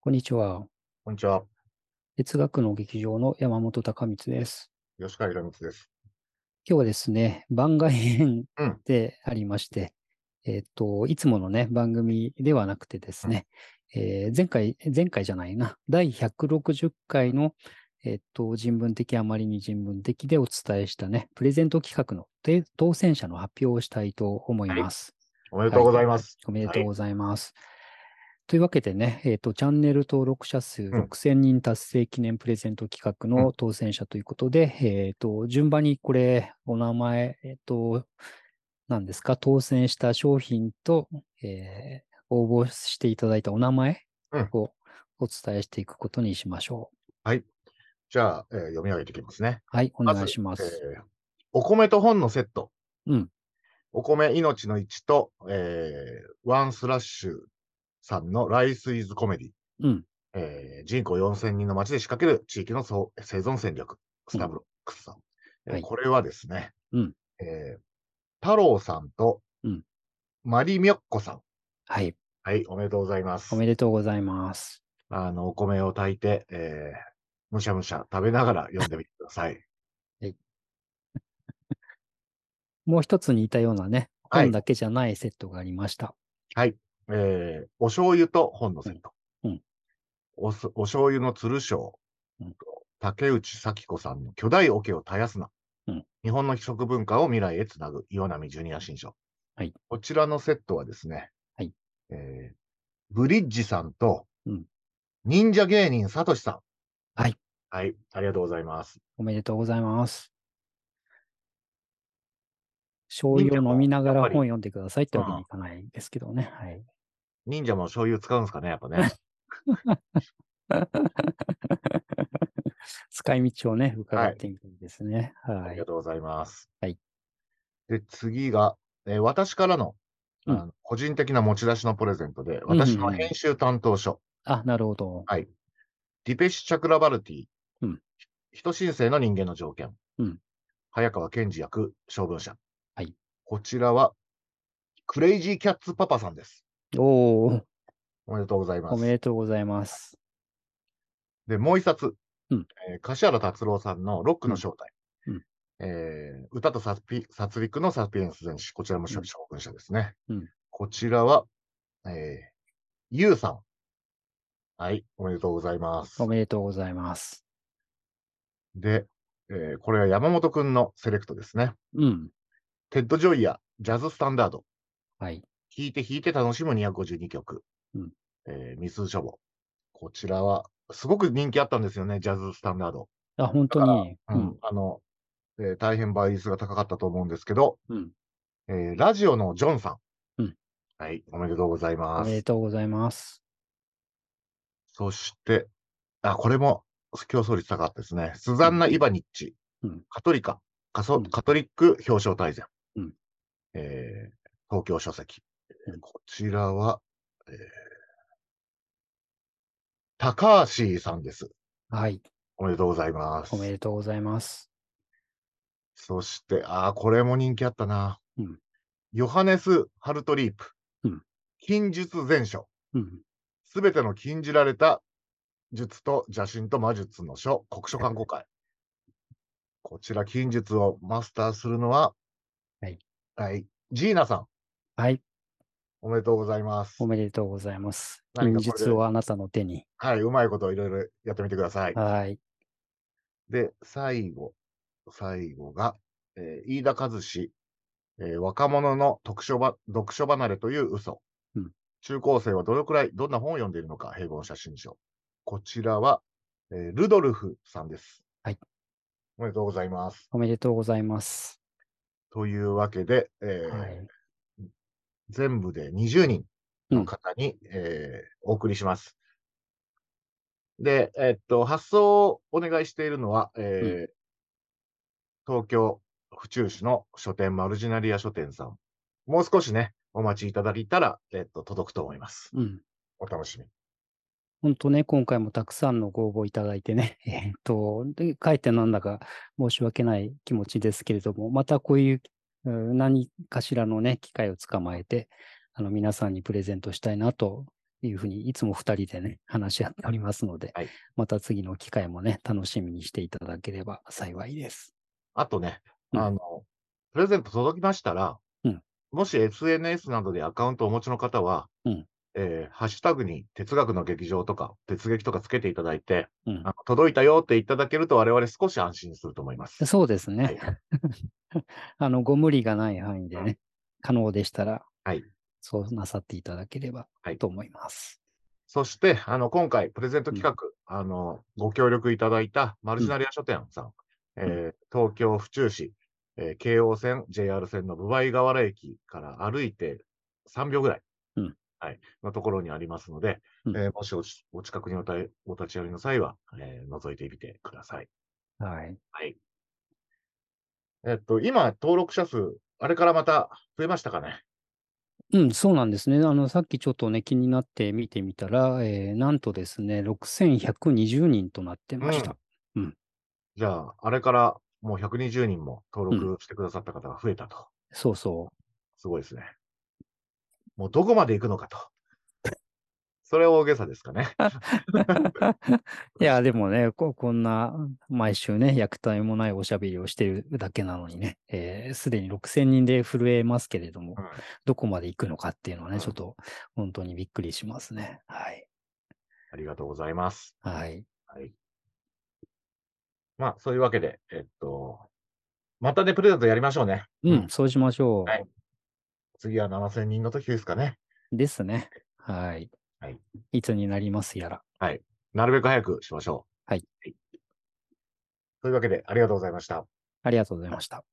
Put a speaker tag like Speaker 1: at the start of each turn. Speaker 1: こんにちは。
Speaker 2: こんにちは。
Speaker 1: 哲学の劇場の山本隆光です。
Speaker 2: 吉川博光です。
Speaker 1: 今日はですね、番外編
Speaker 2: うん
Speaker 1: でありまして、えっと、いつものね、番組ではなくてですね、えー前回、前回じゃないな、第160回の、えっと、人文的あまりに人文的でお伝えしたね、プレゼント企画ので当選者の発表をしたいと思います。
Speaker 2: おめでとうございます。
Speaker 1: おめでとうございます。というわけでね、えっ、と、チャンネル登録者数
Speaker 2: ん
Speaker 1: 6000人達成記念プレゼント企画
Speaker 2: う
Speaker 1: の当選者ということで、えっ、と、順番にこれ、お名前、えっ、と、何ですか、当選した商品と、えー応募していただいたお名前
Speaker 2: うん
Speaker 1: をお伝えしていくことにしましょ
Speaker 2: じゃあ、えー読み上げていきますね。
Speaker 1: う。はい、お願いします。
Speaker 2: えーお米と本のセット。
Speaker 1: うん
Speaker 2: お米命の1と、えーワンスラッシュさんのライスイズコメディ。
Speaker 1: うん、
Speaker 2: えー人口4000人の町で仕掛ける地域のそう生存戦略。スタブロックスさん。えー
Speaker 1: はい
Speaker 2: これはですね、
Speaker 1: うん
Speaker 2: えー太郎さんと、
Speaker 1: うん
Speaker 2: マリミョッコさん。
Speaker 1: はい、
Speaker 2: はい、おめでとうございます
Speaker 1: お。めでとうございます。
Speaker 2: あの、お米を炊いて、えー、むしゃむしゃ食べながら読んでみてください。
Speaker 1: もう一つ似たようなね、
Speaker 2: はい
Speaker 1: 本だけじゃないセットがありました。
Speaker 2: えー、お醤油と本のセット。
Speaker 1: うんうん
Speaker 2: おすお醤油の鶴章、
Speaker 1: うん
Speaker 2: 竹内咲子さんの巨大桶を絶やすな。
Speaker 1: うん
Speaker 2: 日本の非食文化を未来へつなぐ岩波ジュニア新書。
Speaker 1: はい
Speaker 2: こちらのセットはですね、
Speaker 1: はい
Speaker 2: えー、ブリッジさんと、
Speaker 1: うん
Speaker 2: 忍者芸人さとしさん。
Speaker 1: はい。
Speaker 2: はい、ありがとうございます。
Speaker 1: おめでとうございます。醤
Speaker 2: 忍者
Speaker 1: 油を
Speaker 2: も
Speaker 1: 飲みながら
Speaker 2: やっぱり
Speaker 1: 本読んでくださいってわけにいかないですけどね。はい。
Speaker 2: 忍者も醤油使うんですかね、やっぱね。
Speaker 1: 使い道をね、伺ってみたいですね。
Speaker 2: あ
Speaker 1: は
Speaker 2: り
Speaker 1: い
Speaker 2: が。とうございます。
Speaker 1: はい。
Speaker 2: で、次が、えー私からの,、
Speaker 1: うん
Speaker 2: あの個人的な持ち出しのプレゼントで、
Speaker 1: んうん
Speaker 2: 私の編集担当書、
Speaker 1: あ、なるほど。
Speaker 2: ディペシチャクラバルティ、
Speaker 1: うん
Speaker 2: 人申請の人間の条件、
Speaker 1: うん
Speaker 2: 早川賢治役、将軍者。
Speaker 1: はい
Speaker 2: こちらは、クレイジーキャッツパパさんです。
Speaker 1: おー、
Speaker 2: おめでとうございま
Speaker 1: おめ
Speaker 2: す。
Speaker 1: でとうございます。
Speaker 2: で、もう一冊、
Speaker 1: うん
Speaker 2: えー柏原達郎さんのロックの正体。
Speaker 1: うんうん
Speaker 2: えー歌とサピ殺戮のサピエンス全史。こちら
Speaker 1: う
Speaker 2: も
Speaker 1: ん
Speaker 2: 将軍者ですね。
Speaker 1: うん
Speaker 2: こちらは、えー、ゆうさん。はい、おめでとうございます
Speaker 1: お。めでとうございます。
Speaker 2: で、えーこれは山本くんのセレクトですね。
Speaker 1: うん。
Speaker 2: テッド・ジョイヤ、ジャズ・スタンダード。
Speaker 1: はい。
Speaker 2: 弾いて弾いて楽しむ252曲。
Speaker 1: うん
Speaker 2: えー、ミス書房。こちらは、すごく人気あったんですよね、ジャズ・スタンダード。
Speaker 1: あ、本当に。う
Speaker 2: うんん。、あの、えー大変倍率が高かったと思うんですけど、
Speaker 1: うん。
Speaker 2: えーラジオのジョンさん。
Speaker 1: うん
Speaker 2: はい、おめでとうござい
Speaker 1: お
Speaker 2: ま。
Speaker 1: めですとうございます。
Speaker 2: そして、あ、これも競争率高かったですね。スザンナ・イバニッチ、
Speaker 1: うん
Speaker 2: カトリカ、カソ
Speaker 1: うん
Speaker 2: カトリック表彰大全、
Speaker 1: うん
Speaker 2: えー東京書籍。
Speaker 1: うん
Speaker 2: こちらは、えー高橋さんです。
Speaker 1: はい。
Speaker 2: おめでとうございます
Speaker 1: お。めでとうございます。
Speaker 2: そして、ああ、これも人気あったな。
Speaker 1: うん
Speaker 2: ヨハネス・ハルトリープ。
Speaker 1: うん
Speaker 2: 禁術全書。
Speaker 1: うん。
Speaker 2: すべての禁じられた術と邪神と魔術の書、国書観古 会。こちら、禁術をマスターするのは、
Speaker 1: はい。
Speaker 2: はい。ジーナさん、
Speaker 1: はい。
Speaker 2: おめでとうございます
Speaker 1: お。めでとうございます。
Speaker 2: 何
Speaker 1: 近
Speaker 2: かこれ
Speaker 1: 日をあなたの手に。
Speaker 2: はい。うまいこといろいろやってみてください。
Speaker 1: はい。
Speaker 2: で、最後、最後が、えー飯田和志、えー若者の読書ば読書離れという嘘、
Speaker 1: うん
Speaker 2: 中高生はどのくらい、どんな本を読んでいるのか、平凡写真書。こちらは、えールドルフさんです。
Speaker 1: はい。
Speaker 2: おめでとうございます。
Speaker 1: おめでとうございます。
Speaker 2: というわけで、えー
Speaker 1: はい。
Speaker 2: 全部で20人の方に、えーお送りします。で、えっと、発送をお願いしているのは、えー東京府中市の書店マルジナリア書店さん。もう少しね、お待ちいただいたら、えっと、届くと思います。
Speaker 1: うん。
Speaker 2: お楽しみ。
Speaker 1: 本当ね、今回もたくさんのご応募いただいて ね、えっと、で書いてなんだか申し訳ない気持ちですけれども、またこういううん何かしらのね、機会をつかまえて、あの皆さんにプレゼントしたいなというふうに、いつも二人でね、話し合っておりますので、
Speaker 2: はい
Speaker 1: また次の機会もね、楽しみにしていただければ幸いです。
Speaker 2: あとね、
Speaker 1: うん
Speaker 2: あの、プレゼント届きましたら、
Speaker 1: うん
Speaker 2: もし SNS などでアカウントをお持ちの方は、
Speaker 1: うん
Speaker 2: えーハッシュタグに哲学の劇場とか、哲劇とかつけていただいて、
Speaker 1: うん
Speaker 2: あの届いたよって言っていただけると我々少し安心すると思います。
Speaker 1: そうですね。
Speaker 2: はい
Speaker 1: あの、ご無理がない範囲で
Speaker 2: う
Speaker 1: ね、可能でしたら、
Speaker 2: はい
Speaker 1: そうなさっていただければ
Speaker 2: はい
Speaker 1: と思います。
Speaker 2: そして、あの、今回、プレゼント企画、あの、ご協力いただいたマルジナリア書店さん、えー東京府中市、えー京王線、JR 線の部イ河原駅から歩いて3秒ぐらい、
Speaker 1: うん
Speaker 2: はい、のところにありますので、
Speaker 1: うん
Speaker 2: えーもしおちお近くにおたいお立ち寄りの際は、えー覗いてみてください。
Speaker 1: はい。
Speaker 2: えっと、今、登録者数、あれからまた増えましたかね。
Speaker 1: うん、そうなんですね。あの、さっきちょっとね、気になって見てみたら、えーなんとですね、6120人となってました。
Speaker 2: じゃあ、あれからもう120人も登録してくださった方が増えたと。
Speaker 1: そう そ
Speaker 2: すごいですね。もうどこまで行くのかと。それは大げさです かね。
Speaker 1: う。いや、でもねこ、こんな、毎週ね、虐待もないおしゃべりをしてるだけなのにね、えーすでに6000人で震えますけれども、
Speaker 2: うん
Speaker 1: どこまで行くのかっていうのは
Speaker 2: う
Speaker 1: ね、
Speaker 2: ん
Speaker 1: ちょっと本当にびっくりしますね。はい。
Speaker 2: ありがとうございます。
Speaker 1: はい。
Speaker 2: まあ、そういうわけで、えっと、またね、プレゼントやりましょうね。
Speaker 1: う、
Speaker 2: うん
Speaker 1: そうしましょう。
Speaker 2: はい次は7000人の時ですかね。
Speaker 1: ですね。はい。
Speaker 2: はい、
Speaker 1: いつになりますやら。
Speaker 2: なるべく早くしましょう。
Speaker 1: はい。
Speaker 2: というわけで、ありがとうございました。
Speaker 1: ありがとうございました。